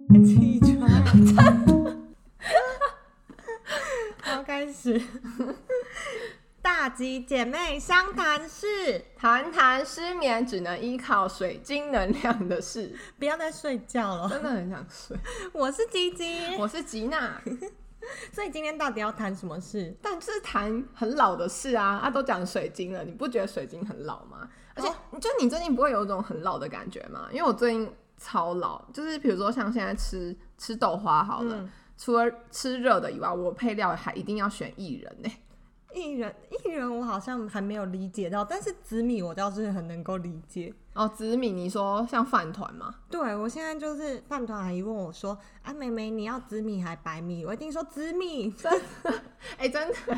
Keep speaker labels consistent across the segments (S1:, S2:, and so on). S1: 集姐妹相谈室，
S2: 谈谈失眠只能依靠水晶能量的 事，
S1: 不要再睡觉了。
S2: 真的很想睡。
S1: 我是吉吉，
S2: 我是吉娜，
S1: 所以今天到底要谈什么事？
S2: 但是谈很老的事啊，啊都讲水晶了，你不觉得水晶很老吗？而且，就你最近不会有一种很老的感觉吗？因为我最近超老，就是比如说像现在吃吃豆花好了，
S1: 嗯
S2: 除了吃热的以外，我配料还一定要选薏仁呢、
S1: 艺人，艺人，我好像还没有理解到，但是紫米我倒是很能够理解。
S2: 哦，紫米，你说像饭团吗？
S1: 对我现在就是饭团阿姨问我说：“啊，妹妹，你要紫米还白米？”我一定说紫米，就
S2: 哎、真的，
S1: 只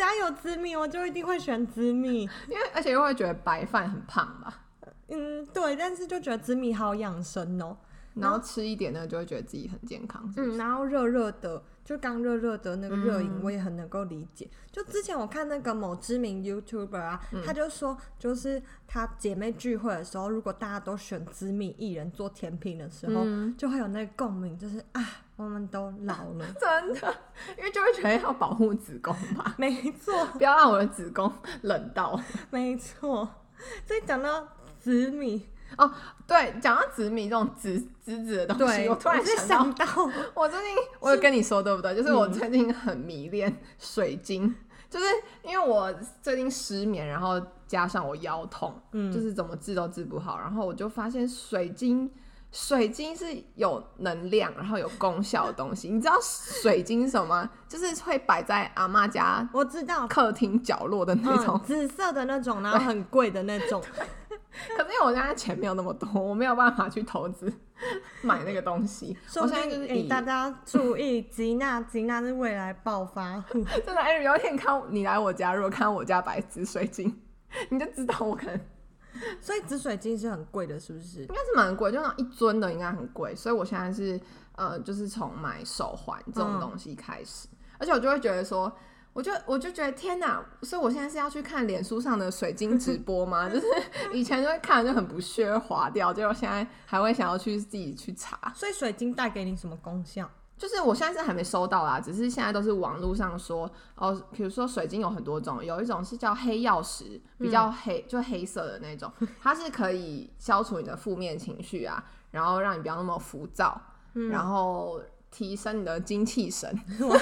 S1: 要有紫米，我就一定会选紫米。
S2: 因为而且又会觉得白饭很胖吧，
S1: 嗯，对，但是就觉得紫米好养生哦、
S2: 然后吃一点呢，就会觉得自己很健康。是不是
S1: 嗯，然后热热的，就刚热热的那个热饮，
S2: 嗯
S1: 我也很能够理解。就之前我看那个某知名 YouTuber 啊，
S2: 嗯
S1: 他就说，就是他姐妹聚会的时候，如果大家都选知名艺人做甜品的时候，
S2: 嗯，
S1: 就会有那个共鸣，就是啊，我们都老了
S2: 真的，因为就会觉得要保护子宫吧，
S1: 没错，
S2: 不要让我的子宫冷到。
S1: 没错。所以讲到紫米，
S2: 对，讲到紫米这种紫紫紫的东西，
S1: 对，
S2: 我突然
S1: 就
S2: 想
S1: 想
S2: 到，
S1: 到，
S2: 我最近我有跟你说对不对？就是我
S1: 嗯
S2: 最近很迷恋水晶，就是因为我最近失眠，然后加上我腰痛，
S1: 嗯，
S2: 就是怎么治都治不好，然后我就发现水晶。水晶是有能量，然后有功效的东西。你知道水晶是什么吗？就是会摆在阿妈家
S1: 我知道。
S2: 客厅角落的那种
S1: 嗯，。紫色的那种，然后很贵的那种，
S2: 可是因为我现在钱没有那么多，我没有办法去投资 买那个东西。
S1: 说
S2: 我
S1: 不
S2: 现在
S1: 定
S2: 就是
S1: 哎
S2: 以
S1: 大家注意，吉娜，吉娜是未来暴发 户。
S2: 真的，哎，有一天看你来我家，如果看到我家摆紫水晶，你就知道我可能 应
S1: 所以紫水晶是很贵的，是不是？
S2: 该是蛮贵，就那种一尊的应该很贵。所以我现在是呃，就是从买手环这种
S1: 嗯
S2: 东西开始，而且我就会觉得说。我就我就觉得天哪！所以我现在是要去看脸书上的水晶直 播吗？就是以前就会看就很不屑会划掉，结果现在还会想要去自己去查。
S1: 所以水晶带给你什么功效？
S2: 就是我现在是还没收到啦，只是现在都是网络上说哦，比如说水晶有很多种，有一种是叫黑曜石，比
S1: 嗯
S2: 较黑，就黑色的那种，它是可以消除你的负面情绪啊，然后让你不要那么浮躁，
S1: 嗯
S2: 然后提升你的精气神。
S1: 哇，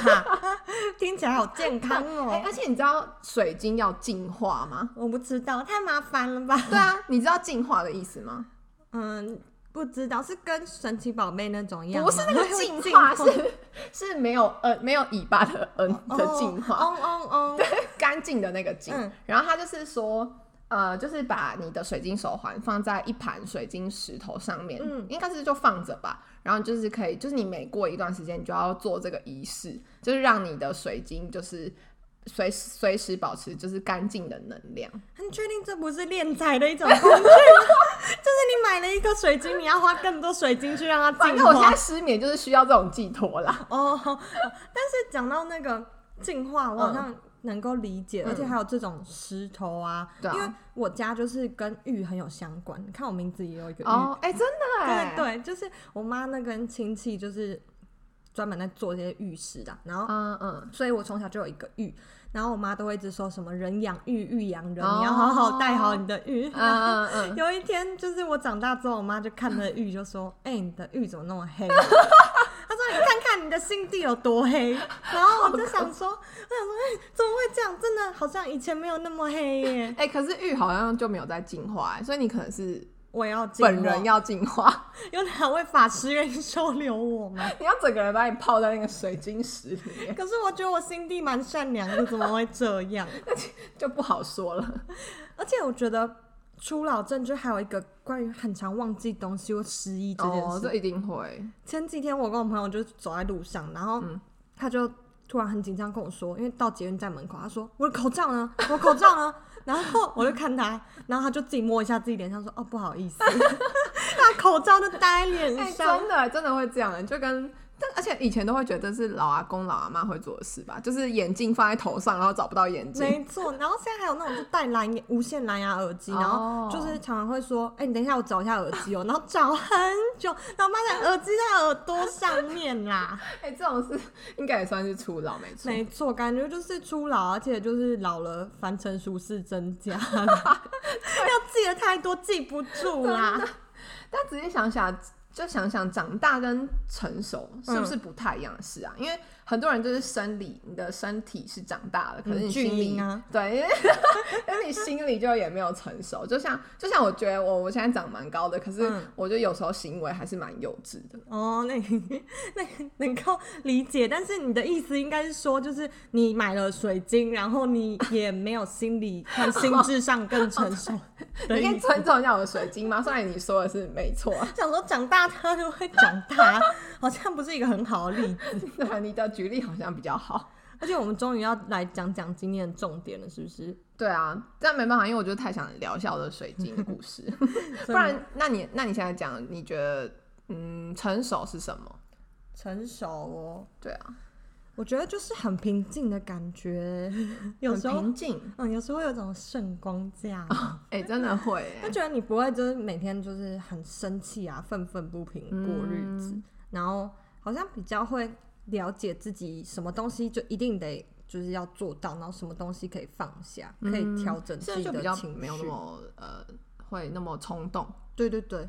S1: 听起来好健康
S2: 哎、
S1: 哦！
S2: 而且你知道水晶要净化吗？
S1: 我不知道，太麻烦了吧？
S2: 对啊，你知道净化的意思吗？
S1: 嗯，不知道是跟神奇宝贝那种一样吗，
S2: 不是那个
S1: 会
S2: 净化，是 是没有呃没有尾巴的嗯的净化。
S1: 哦哦哦，对，
S2: 干净的那个净。
S1: 嗯
S2: 然后他就是说，呃，就是把你的水晶手环放在一盘水晶石头上面，
S1: 嗯
S2: 应该是就放着吧。然后就是可以，就是你每过一段时间，你就要做这个仪式，就是让你的水晶就是随时随时保持就是干净的能量。
S1: 很确定这不是敛财的一种工具吗？ 就是你买了一个水晶，你要花更多水晶去让它
S2: 反
S1: 净
S2: 正我现
S1: 化
S2: 在。失眠就是需要这种寄托 啦。
S1: 哦，但是讲到那个进化，我好像能够理解，而且还有这种石头啊，
S2: 嗯对啊
S1: 因为我家就是跟玉很有相关。你看我名字也有一个玉，
S2: 哦，哎、真的哎
S1: 嗯对，对，就是我妈那跟亲戚就是专门在做这些玉石的，然后。
S2: 嗯嗯，
S1: 所以我从小就有一个玉，然后我妈都会一直说什么“人养玉，玉养人”，
S2: 哦
S1: 你要好好带好你的玉。
S2: 嗯嗯
S1: 有一天，就是我长大之后，我妈就看了玉，就说：“ 哎、你的玉怎么那么黑？”啊 她说：“你看看你的心地有多黑。”然后我就想说：“我想说，哎、怎么会这样？真的好像以前没有那么黑耶
S2: 哎、可是玉好像就没有在净化、哎所以你可能是！”
S1: 我要进
S2: 本人
S1: 化
S2: 要净化。
S1: 有哪位法师愿意收留我吗？
S2: 你要整个人把你泡在那个水晶石里面，
S1: 可是我觉得我心地蛮善良的，怎么会这样？
S2: 就不好说了。
S1: 而且我觉得初老症就还有一个关于很常忘记东西或失忆这件事。
S2: 哦这一定会。
S1: 前几天我跟我朋友就走在路上，然后
S2: 嗯
S1: 他就突然很紧张跟我说，因为到捷运站门口，他说我的口罩呢？我的口罩呢？ 然后我就看他，然后他就自己摸一下自己脸上说， 哦不好意思，他口罩就戴在脸
S2: 哎、
S1: 上。
S2: 真的真的会这样，就跟但而且以前都会觉得是老阿公、老阿妈会做的事吧，就是眼镜放在头上，然后找不到眼镜。
S1: 没错，然后现在还有那种就戴蓝牙无线蓝牙耳机，然后就是常常会说：“哎、你等一下，我找一下耳机哦。”然后 找很久，然后发现耳机在耳朵上面啦。
S2: 哎、这种事应该也算是初老，没错。
S1: 没错，感觉就是初老，而且就是老了，凡尘俗事增 加要记得太多记不住啦。
S2: 但仔细想想，就想想长大跟成熟是
S1: 嗯
S2: 不是不太一样的事啊？因为很多人就是生理，你的身体是长大了，可是
S1: 嗯
S2: 你
S1: 巨
S2: 心里、
S1: 婴啊
S2: 对，因 为因为你心里就也没有成熟。就像就像我觉得我我现在长蛮高的，可是
S1: 嗯
S2: 我觉得有时候行为还是蛮幼稚的。
S1: 哦，那你那你能够理解，但是你的意思应该是说，就是你买了水晶，然后你也没有心理和心智上更成熟的
S2: 你可
S1: 意
S2: 以
S1: 思。
S2: 尊重一下我的水晶吗？虽然你说的是没错啊，
S1: 想说长大他就会长大，好像不是一个很好的例子。
S2: 对你的举例好像比较好。
S1: 而且我们终于要来讲讲今天的重点了，是不是？
S2: 对啊，但没办法，因为我就太想聊一下我的水晶故 事，不然，那你那你现在讲，你觉得嗯，成熟是什么？
S1: 成熟哦，
S2: 对啊，
S1: 我觉得就是很平静的感觉，有
S2: 很
S1: 时候
S2: 平静，
S1: 嗯，有时候会有种圣光这样。
S2: 哎、真的会、
S1: 就
S2: 欸，
S1: 觉得你不会就是每天就是很生气啊，愤愤不平过日子，
S2: 嗯
S1: 然后好像比较会了解自己什么东西就一定得就是要做到，然后什么东西可以放下，可以调整
S2: 嗯现
S1: 自
S2: 在
S1: 己
S2: 就
S1: 的
S2: 比较
S1: 情绪，
S2: 没有那么呃，会那么冲动，
S1: 对对对，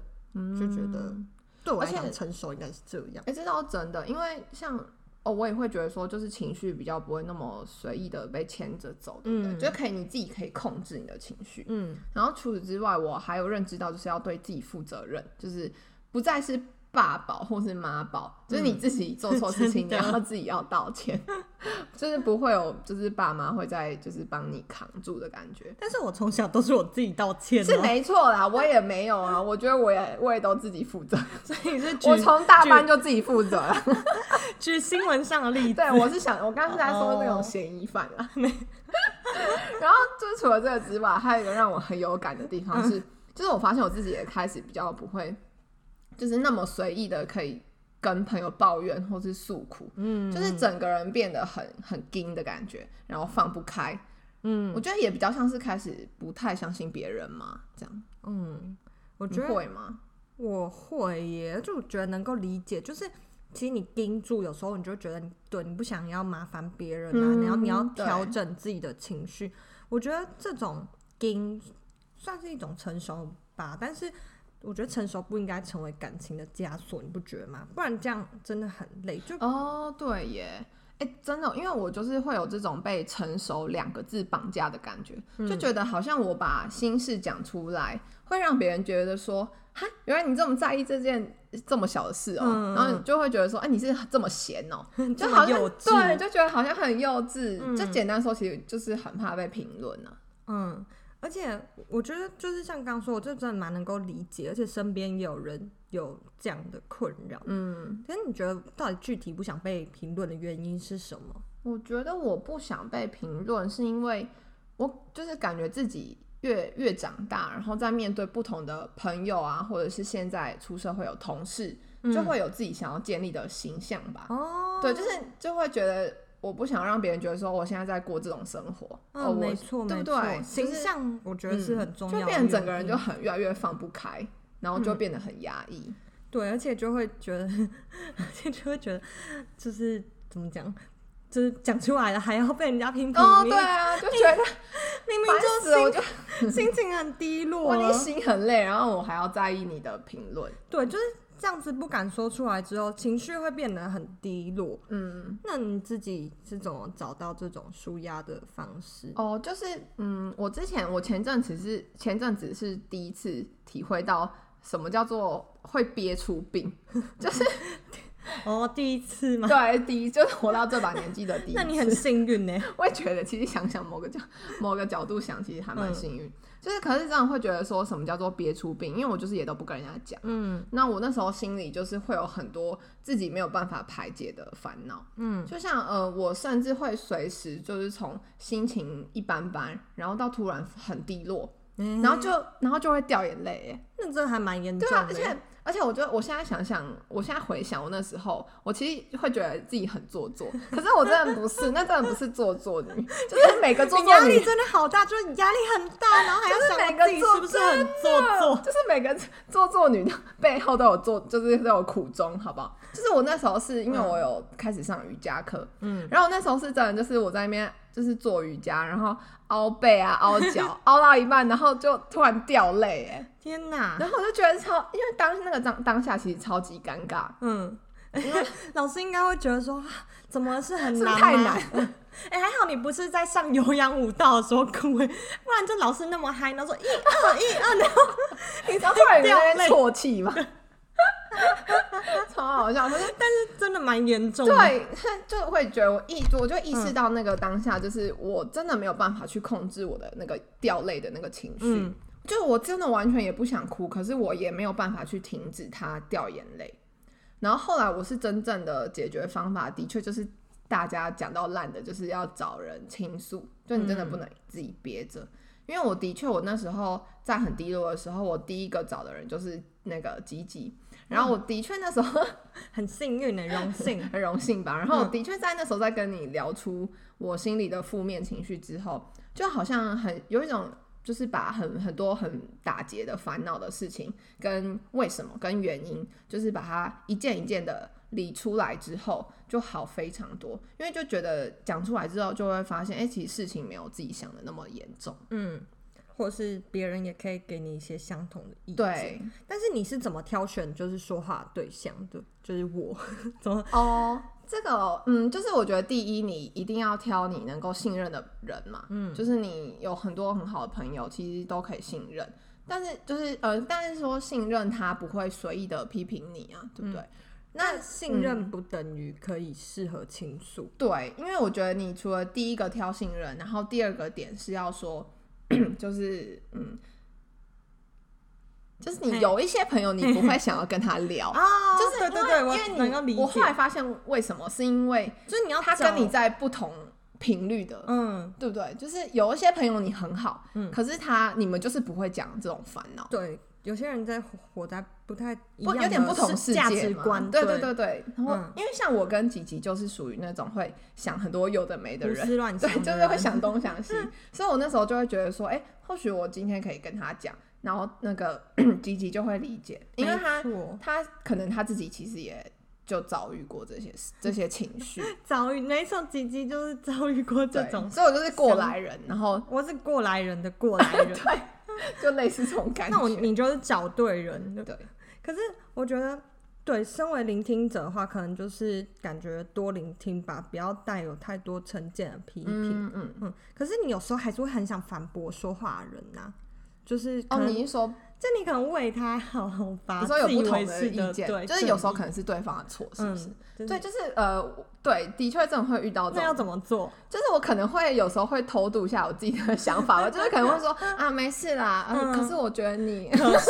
S1: 就觉得
S2: 嗯
S1: 对我来
S2: 而且
S1: 讲成熟应该是这样，
S2: 哎、这倒真的，因为像哦，我也会觉得说，就是情绪比较不会那么随意的被牵着走，对不对？
S1: 嗯
S2: 就可以你自己可以控制你的情绪。
S1: 嗯，
S2: 然后除此之外，我还有认知到就是要对自己负责任，就是不再是爸宝或是妈宝，就是你自己做错 事情，
S1: 嗯
S2: 你
S1: 真的
S2: 要自己要道歉， 就是不会有就是爸妈会在就是帮你扛住的感觉。
S1: 但是我从小都是我自己道歉、
S2: 是
S1: 哦，
S2: 没错啦，我也没有啊，我觉得我也我也都自己 负责，
S1: 所以是举
S2: 我从大班就自己负责了。
S1: 举新闻上的例子，
S2: 对，我是想，我刚刚是在说那种
S1: 哦
S2: 嫌疑犯啊。 然后就是除了这个之外，还有一个让我很有感的地方是，
S1: 嗯
S2: 就是我发现我自己也开始比较不会，就是那么随意的可以跟朋友抱怨或是诉苦，
S1: 嗯，
S2: 就是整个人变得很很硬的感觉，然后放不开。
S1: 嗯
S2: 我觉得也比较像是开始不太相信别人嘛，这样
S1: 嗯，我
S2: 你
S1: 觉得
S2: 会吗？
S1: 我会耶，就我觉得能够理解，就是其实你盯住，有时候你就会觉得你对你不想要麻烦别人啊，
S2: 嗯
S1: 然后你要
S2: 对
S1: 调整自己的情绪。我觉得这种盯算是一种成熟吧，但是我觉得成熟不应该成为感情的枷锁，你不觉得吗？不然这样真的很累。就
S2: 哦，对耶，哎、真的，因为我就是会有这种被“成熟”两个字绑架的感觉，就
S1: 嗯
S2: 觉得好像我把心事讲出来，会让别人觉得说，哈，原来你这么在意这件这么小的事哦、
S1: 嗯嗯
S2: 然后你就会觉得说，哎、你是这么闲哦、
S1: 这
S2: 就
S1: 么
S2: 好像
S1: 幼
S2: 对，
S1: 稚，
S2: 就觉得好像很幼稚。
S1: 嗯
S2: 就简单说，其实就是很怕被评论啊。
S1: 嗯。而且我觉得就是像刚刚说，我就真的蛮能够理解，而且身边也有人有这样的困扰。
S2: 嗯，
S1: 可是你觉得到底具体不想被评论的原因是什么？
S2: 我觉得我不想被评论，是因为我就是感觉自己越越长大，然后在面对不同的朋友啊，或者是现在出社会有同事，就会有自己想要建立的形象吧。
S1: 嗯哦，
S2: 对，就是就会觉得我不想让别人觉得说我现在在过这种生活，
S1: 嗯，
S2: 哦，我
S1: 没错，没
S2: 对不对
S1: 错，
S2: 就是嗯
S1: 形象我觉得是很重要的
S2: 就
S1: 原因、嗯
S2: 变成整个人就很越来越放不开，然后就变得很压抑。
S1: 对，而且就会觉得， 而且就会觉得，就是怎么讲，就是讲出来了还要被人家批评，
S2: 哦，
S1: 明
S2: 对啊，就觉得
S1: 明明
S2: 烦死了，我就
S1: 就心情很低落啊
S2: 我已
S1: 了
S2: 经，心很累，然后我还要在意你的评论，
S1: 对，就是这样子不敢说出来之后，情绪会变得很低落。
S2: 嗯。
S1: 那你自己是怎么找到这种舒压的方式？
S2: 哦，就是嗯，我之前我前阵子是前阵子是第一次体会到什么叫做会憋出 病，
S1: 哦，第一次吗？
S2: 对，第一就是活到这把年纪的第一 次。
S1: 那你很幸运呢、
S2: 我也觉得，其实想想某个角某个角度想，其实还
S1: 嗯
S2: 蛮幸运。就是，可是真的会觉得说什么叫做憋出病，因为我就是也都不跟人家讲。
S1: 嗯，
S2: 那我那时候心里就是会有很多自己没有办法排解的烦恼，
S1: 嗯，
S2: 就像呃，我甚至会随时就是从心情一般般，然后到突然很低落，
S1: 嗯
S2: 然后就然后就会掉眼泪耶，
S1: 那这还蛮严
S2: 对
S1: 重
S2: 啊，
S1: 的欸
S2: 而
S1: 耶。
S2: 且而且我觉得我现在想想，我现在回想我那时候，我其实会觉得自己很做作，可是我真的不是，那真的不是做作女，就是每个做
S1: 你压
S2: 作女
S1: 力真的好大，就是压力很大，然后还要
S2: 就是每
S1: 想
S2: 个
S1: 我自己
S2: 做
S1: 是不是很做作。
S2: 啊就是每个做作女的背后都有做， 就是都有苦衷，好不好？就是我那时候是因为我有开始上瑜伽课，
S1: 嗯，
S2: 然后我那时候是真的就是我在那边就是做瑜伽，然后凹背啊、凹 脚，凹到一半，然后就突然掉泪，哎，
S1: 天哪！
S2: 然后我就觉得超，因为当那个当当下其实超级尴尬，
S1: 嗯，老师应该会觉得说，啊怎么是很
S2: 是不
S1: 难吗？
S2: 是太难？
S1: 哎、还好你不是在上有氧舞蹈的时候哭、哎不然就老师那么嗨，然后说一二一二，然后
S2: 你知道突然有
S1: 掉泪
S2: 点啜泣吗？ 超好 笑，可是
S1: 但是真的蛮严重的。，
S2: 对，啊 就会觉得我意，我就意识到那个当下，就是我真的没有办法去控制我的那个掉泪的那个情绪，
S1: 嗯
S2: 就是我真的完全也不想哭，可是我也没有办法去停止它掉眼泪。然后后来我是真正的解决方法，的确就是大家讲到烂的，就是要找人倾诉，就你真的不
S1: 嗯
S2: 能自己憋着。因为我的确，我那时候在很低落的时候，我第一个找的人就是那个吉吉。然后我的确那时候
S1: 很幸运的、荣幸。
S2: 很荣幸吧。然后
S1: 嗯
S2: 的确在那时候在跟你聊出我心里的负面情绪之后，就好像很有一种就是把很很多很打结的烦恼的事情跟为什么跟原因，就是把它一件一件的理出来之后，就好非常多。因为就觉得讲出来之后，就会发现，哎、其实事情没有自己想的那么严重。
S1: 嗯，或是别人也可以给你一些相同的意见。，
S2: 对，
S1: 但是你是怎么挑选就是说话的对象的？就是我 怎么？
S2: 哦，这个哦嗯，就是我觉得第一，你一定要挑你能够信任的人嘛，嗯，就是你有很多很好的朋友，其实都可以信任，但是就是呃，但是说信任他不会随意的批评你啊，对不
S1: 嗯
S2: 对？嗯
S1: 那信任不等于可以适合倾诉。
S2: 对，因为我觉得你除了第一个挑信任，然后第二个点是要说， 就是嗯，就是你
S1: 嘿。
S2: 有一些朋友你不会想要跟他聊
S1: 啊
S2: 就是
S1: 对
S2: 因
S1: 对对，
S2: 为因为
S1: 我能够理
S2: 你，
S1: 解。
S2: 我后来发现为什么，是因为
S1: 就是你要
S2: 他
S1: 找
S2: 跟你在不同频率的，
S1: 嗯，
S2: 对不对？就是有一些朋友你很好，
S1: 嗯
S2: 可是他你们就是不会讲这种烦恼，
S1: 对，有些人在活活在不太一
S2: 不
S1: 样的
S2: 有点不同世界嘛
S1: 价值观，
S2: 对
S1: 对
S2: 对，对。然后、
S1: 嗯
S2: 因为像我跟吉吉就是属于那种会想很多有的没的
S1: 胡
S2: 人，
S1: 思乱想
S2: 对，
S1: 的人，嗯
S2: 就是会想东想西，所以我那时候就会觉得说，哎、或许我今天可以跟他讲，然后那个 吉吉就会理解，因为他
S1: 没 错
S2: 他可能他自己其实也就遭遇过这些事这些情绪，
S1: 遭遇没错，吉吉就是遭遇过 这
S2: 对，
S1: 种，
S2: 所以我就是过来人，然后
S1: 我是过来人的过来 人，
S2: 对，就类似这种感觉。
S1: 那我你就是找对人了。
S2: 对，
S1: 可是我觉得。对，身为聆听者的话，可能就是感觉多聆听吧，不要带有太多成见的批评。
S2: 嗯嗯，
S1: 嗯，可是你有时候还是会很想反驳说话的人呐、就是可
S2: 哦，
S1: 能
S2: 你是说
S1: 就你可能为他好，把
S2: 你说有
S1: 自以
S2: 不
S1: 为
S2: 同
S1: 是
S2: 意
S1: 对，
S2: 见，就是有时候
S1: 正
S2: 可能是对方的错，
S1: 义
S2: 是不是？
S1: 嗯就是
S2: 对，就是呃，我对，的确真的会遇到这
S1: 那要
S2: 种，
S1: 怎么 做？
S2: 就是我可能会有时候会偷渡一下我自己的想法，我就是可能 会说啊，没事啦，呃
S1: 嗯
S2: 可是我觉得你
S1: 可是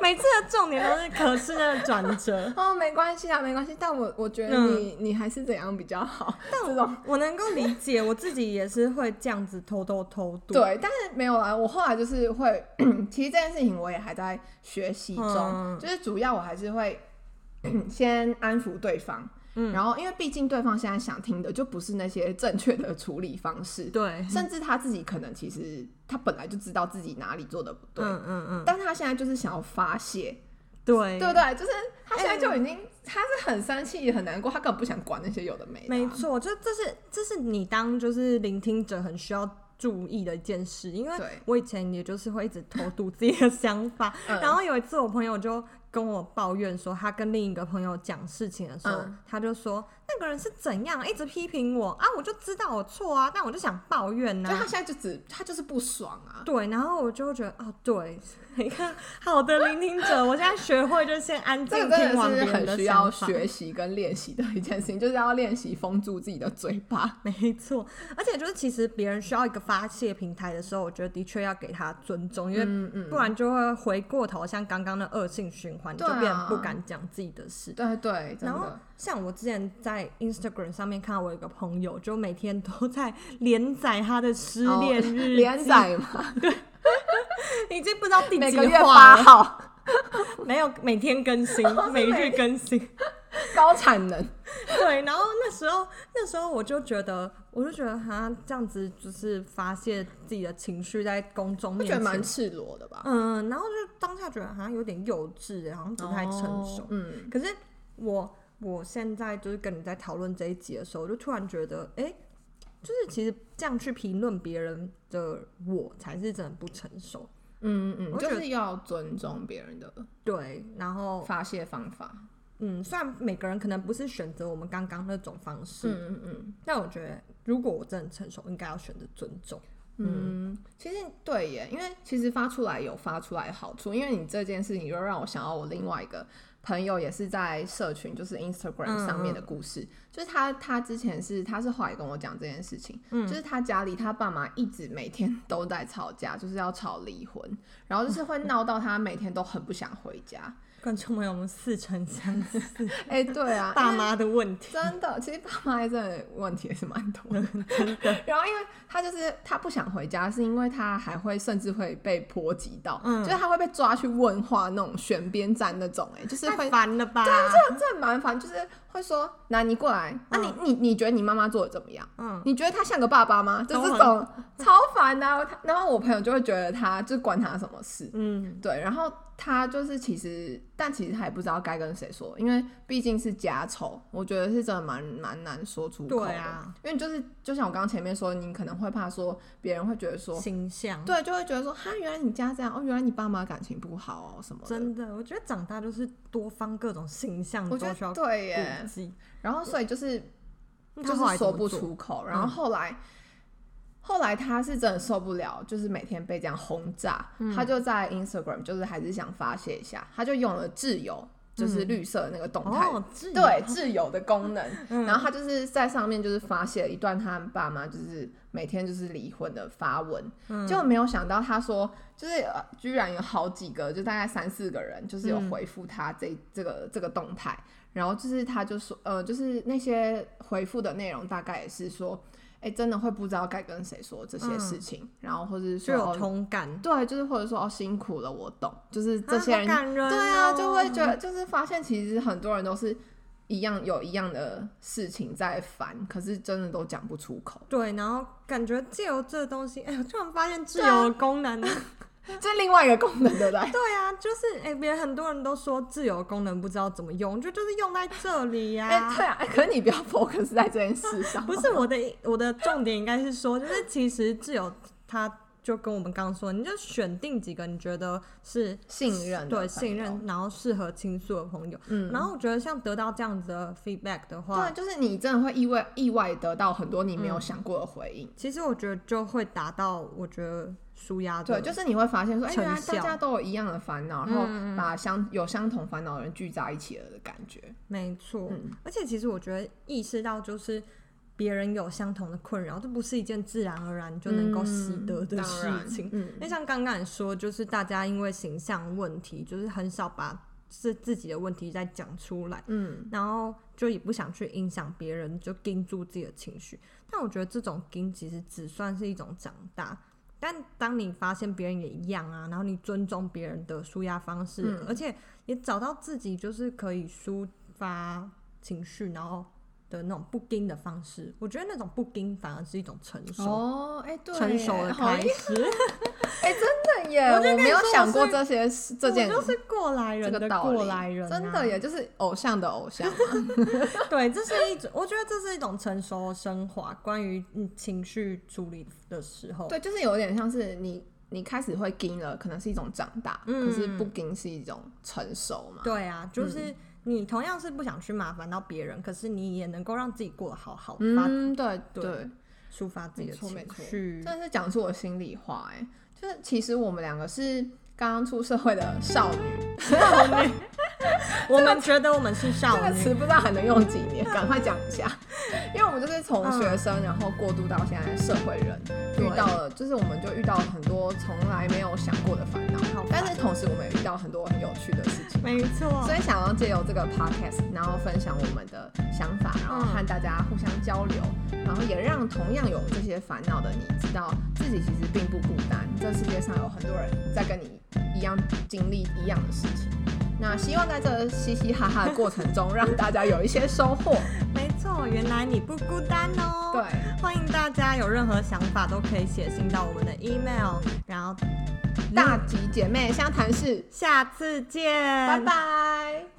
S1: 每次的重点都是可是那个转折。
S2: 哦，没关系啊，没关系，但我我觉得
S1: 嗯
S2: 你你还是怎样比较好，这种
S1: 我能够理解，我自己也是会这样子偷偷偷渡。
S2: 对，但是没有啦。我后来就是会， 其实这件事情我也还在学习中，
S1: 嗯
S2: 就是主要我还是会 先安抚对方，
S1: 嗯
S2: 然后因为毕竟对方现在想听的就不是那些正确的处理方式，
S1: 对，
S2: 甚至他自己可能其实他本来就知道自己哪里做的不对，
S1: 嗯嗯哎嗯，
S2: 但他现在就是想要发泄，
S1: 对
S2: 对不对？就是他
S1: 哎
S2: 现在就已经、他是很生气很难过，他根本不想管那些有的没的啊、
S1: 没错，就这是这是你当就是聆听者很需要。注意的一件事，因为
S2: 对
S1: 我以前也就是会一直偷渡自己的想法，
S2: 嗯
S1: 然后有一次我朋友就跟我抱怨说，他跟另一个朋友讲事情的时候，
S2: 嗯
S1: 他就说那个人是怎样一直批评我啊，我就知道我错啊，但我就想抱怨呢、
S2: 就他现在就只他就是不爽啊，
S1: 对，然后我就会觉得哦，对，你看，好的聆听者，我现在学会就是先安静
S2: 这个
S1: 听
S2: 真
S1: 完
S2: 的
S1: 别
S2: 是
S1: 人
S2: 很
S1: 的
S2: 需要
S1: 想法。
S2: 学习跟练习的一件事情，就是要练习封住自己的嘴巴。
S1: 没错，而且就是其实别人需要一个发泄平台的时候，我觉得的确要给他尊重，因为
S2: 嗯嗯，
S1: 不然就会回过头，像刚刚的恶性循环，你就
S2: 对啊
S1: 变得不敢讲自己的事。
S2: 对对，真
S1: 然后
S2: 的，
S1: 像我之前在 Instagram 上面看到我有一个朋友，就每天都在连载他的失
S2: 哦
S1: 恋日记，
S2: 连载嘛，
S1: 已经不知道第
S2: 每
S1: 几
S2: 个月
S1: 话
S2: 八
S1: 了。
S2: 号， 哦
S1: 没有每天更新，每日更新。
S2: 高产能，
S1: 对，然后那时候那时候我就觉得，我就觉得哈，这样子就是发泄自己的情绪在公众
S2: 我
S1: 面
S2: 觉得
S1: 前，
S2: 蛮赤裸的吧，
S1: 嗯，然后就当下觉得好像有点幼稚，欸好像不太成熟。
S2: 哦嗯，
S1: 可是我我现在就是跟你在讨论这一集的时候，我就突然觉得，哎、就是其实这样去评论别人的我，才是真的不成熟。
S2: 嗯嗯，
S1: 我
S2: 就
S1: 觉得
S2: 是要尊重别人的
S1: 对，然后
S2: 发泄方法。
S1: 嗯，虽然每个人可能不是选择我们刚刚那种方式，
S2: 嗯嗯
S1: 但我觉得如果我真的成熟，应该要选择尊重。
S2: 嗯嗯，其实对耶，因为其实发出来有发出来的好处，因为你这件事情就让我想到我另外一个朋友也是在社群，就是
S1: 嗯
S2: Instagram 上面的故事，就是他他之前是他是后来跟我讲这件事情，
S1: 嗯
S2: 就是他家里他爸妈一直每天都在吵架， 就是要吵离婚，然后就是 会闹到他每天都很不想回家。
S1: 观众朋友们，似曾 相识，
S2: 哎、对 啊，
S1: 爸妈的问题。
S2: 真的，其实爸妈真的问题也是蛮多的。然后，因为他就是他不想回家，是因为他还会甚至会被波及到，
S1: 嗯
S2: 就是他会被抓去问话那种选边站那种、哎，就是
S1: 太
S2: 会。啊
S1: 烦了吧？
S2: 这这蛮烦，就是会说，那你过来，那、你你你觉得你妈妈做的怎么样？
S1: 嗯，
S2: 你觉得他像个爸爸吗？就
S1: 都
S2: 这
S1: 很
S2: 种超烦的、啊。他然后我朋友就会觉得他就管他什么事，
S1: 嗯，
S2: 对，然后他就是其实，但其实他也不知道该跟谁说，因为毕竟是家丑，我觉得是真的蛮蛮难说出口的。
S1: 对啊，
S2: 因为就是就像我刚刚前面说，你可能会怕说别人会觉得说，
S1: 形象。
S2: 对，就会觉得说，哈，原来你家这样，哦，原来你爸妈感情不好哦什么的。
S1: 真的，我觉得长大就是多方各种形象
S2: 我
S1: 都
S2: 觉
S1: 需要
S2: 得
S1: 顾
S2: 对耶。
S1: 忌。
S2: 然后所以就是
S1: 那
S2: 就
S1: 他后
S2: 是
S1: 来怎
S2: 说
S1: 么
S2: 不
S1: 做，嗯
S2: 出口，然后后来、后来他是真的受不了，就是每天被这样轰炸，
S1: 嗯
S2: 他就在 Instagram 就是还是想发泄一下，他就用了自由，就是绿色的那个动态。
S1: 嗯哦，自由嗯
S2: 对自由的功能，然后他就是在上面就是发泄了一段他爸妈就是每天就是离婚的发文，
S1: 嗯
S2: 就没有想到他说就是、呃居然有好几个，就大概三四个人就是有回复他这、这个这个动态，然后就是他就说呃就是那些回复的内容大概也是说，哎、真的会不知道该跟谁说这些事情，然后或是
S1: 嗯就
S2: 说
S1: 有
S2: 哦
S1: 同感。
S2: 对，就是或者说哦辛苦了，我懂，就是这
S1: 啊
S2: 些
S1: 好
S2: 人
S1: 感人
S2: 对啊，
S1: 哦
S2: 就会觉得就是发现其实很多人都是一样有一样的事情在烦，可是真的都讲不出 口。
S1: 对，然后感觉借由这个东西，哎、我突然发现自
S2: 对啊
S1: 由的功 能。
S2: 这是另外一个功能，对 不对？
S1: 对啊，就是哎，别、人很多人都说自由的功能不知道怎么用，就就是用在这里呀、
S2: 哎、对啊，哎可是你不要 focus 在这件事 上。
S1: 不是我的，我的重点应该是说，就是其实自由它就跟我们刚刚说，你就选定几个你觉得是
S2: 信任啊的
S1: 对
S2: 朋友
S1: 信任，然后适合倾诉的朋友。
S2: 嗯
S1: 然后我觉得像得到这样子的 feedback 的话
S2: 对，，就是你真的会意外意外得到很多你
S1: 嗯
S2: 没有想过的回应。
S1: 其实我觉得就会达到我觉得舒压的
S2: 对，就是你会发现说，哎、原来
S1: 成效嗯
S2: 大家都有一样的烦恼，然后把相有相同烦恼的人聚在一起了的感觉。
S1: 没错。
S2: 嗯
S1: 而且其实我觉得意识到就是。别人有相同的困扰，这不是一件自然而然就能够习
S2: 嗯
S1: 得的
S2: 当
S1: 事
S2: 然
S1: 情。
S2: 嗯
S1: 因为像刚刚你说，就是大家因为形象问题，就是很少把是自己的问题再讲出来，
S2: 嗯，
S1: 然后就也不想去影响别人，就盯住自己的情绪。但我觉得这种盯其实只算是一种长大。但当你发现别人也一样啊，然后你尊重别人的舒压方式，
S2: 嗯
S1: 而且也找到自己就是可以抒发情绪，然后的那种不盯的方式，我觉得那种不盯反而是一种成熟。
S2: 哦，哎、对耶，
S1: 成熟的
S2: 好
S1: 开
S2: 厉
S1: 始，
S2: 哎、真的耶，
S1: 我
S2: 我
S1: 就跟你
S2: 没有
S1: 说
S2: 想
S1: 我
S2: 过
S1: 是
S2: 这些事这件
S1: 我就是过来
S2: 这
S1: 人
S2: 个
S1: 的
S2: 道理，
S1: 过来人、啊，
S2: 真的耶，就是偶像的偶像嘛，
S1: 对，这是一种，我觉得这是一种成熟的升华，关于嗯情绪处理的时候。
S2: 对，就是有点像是你你开始会盯了，可能是一种长大，可是
S1: 嗯
S2: 不盯是一种成熟嘛，
S1: 对啊，就是你同样是不想去麻烦到别人，可是你也能够让自己过得好好，发
S2: 嗯，对
S1: 对
S2: 对，
S1: 抒发自己
S2: 没
S1: 的
S2: 错没
S1: 情
S2: 错，
S1: 绪
S2: 真。的是讲出我心里话、哎，就是其实我们两个是刚刚出社会的少女，
S1: 我们觉得我们是少
S2: 这个
S1: 女，
S2: 词不知道还能用几年，赶快讲一下。因为我们就是从学生，然后过渡到现在社会人，
S1: 嗯对
S2: 遇到了，就是我们就遇到很多从来没有想过的烦恼
S1: 好烦，
S2: 但是同时我们也遇到很多很有趣的事情。
S1: 没错
S2: 所。以想要借由这个 podcast，然后分享我们的想法，然后
S1: 嗯
S2: 和大家互相交流，然后也让同样有这些烦恼的你知道自己其实并不孤单，这世界上有很多人在跟你一样经历一样的事情。那希望在这嘻嘻哈哈的过程 中，让大家有一些收获。
S1: 没错，原来你不孤单哦。
S2: 对，
S1: 欢迎大家有任何想法都可以写信到我们的 email，然后
S2: 大吉姐妹相谈室，
S1: 下次见，
S2: 嗯拜拜。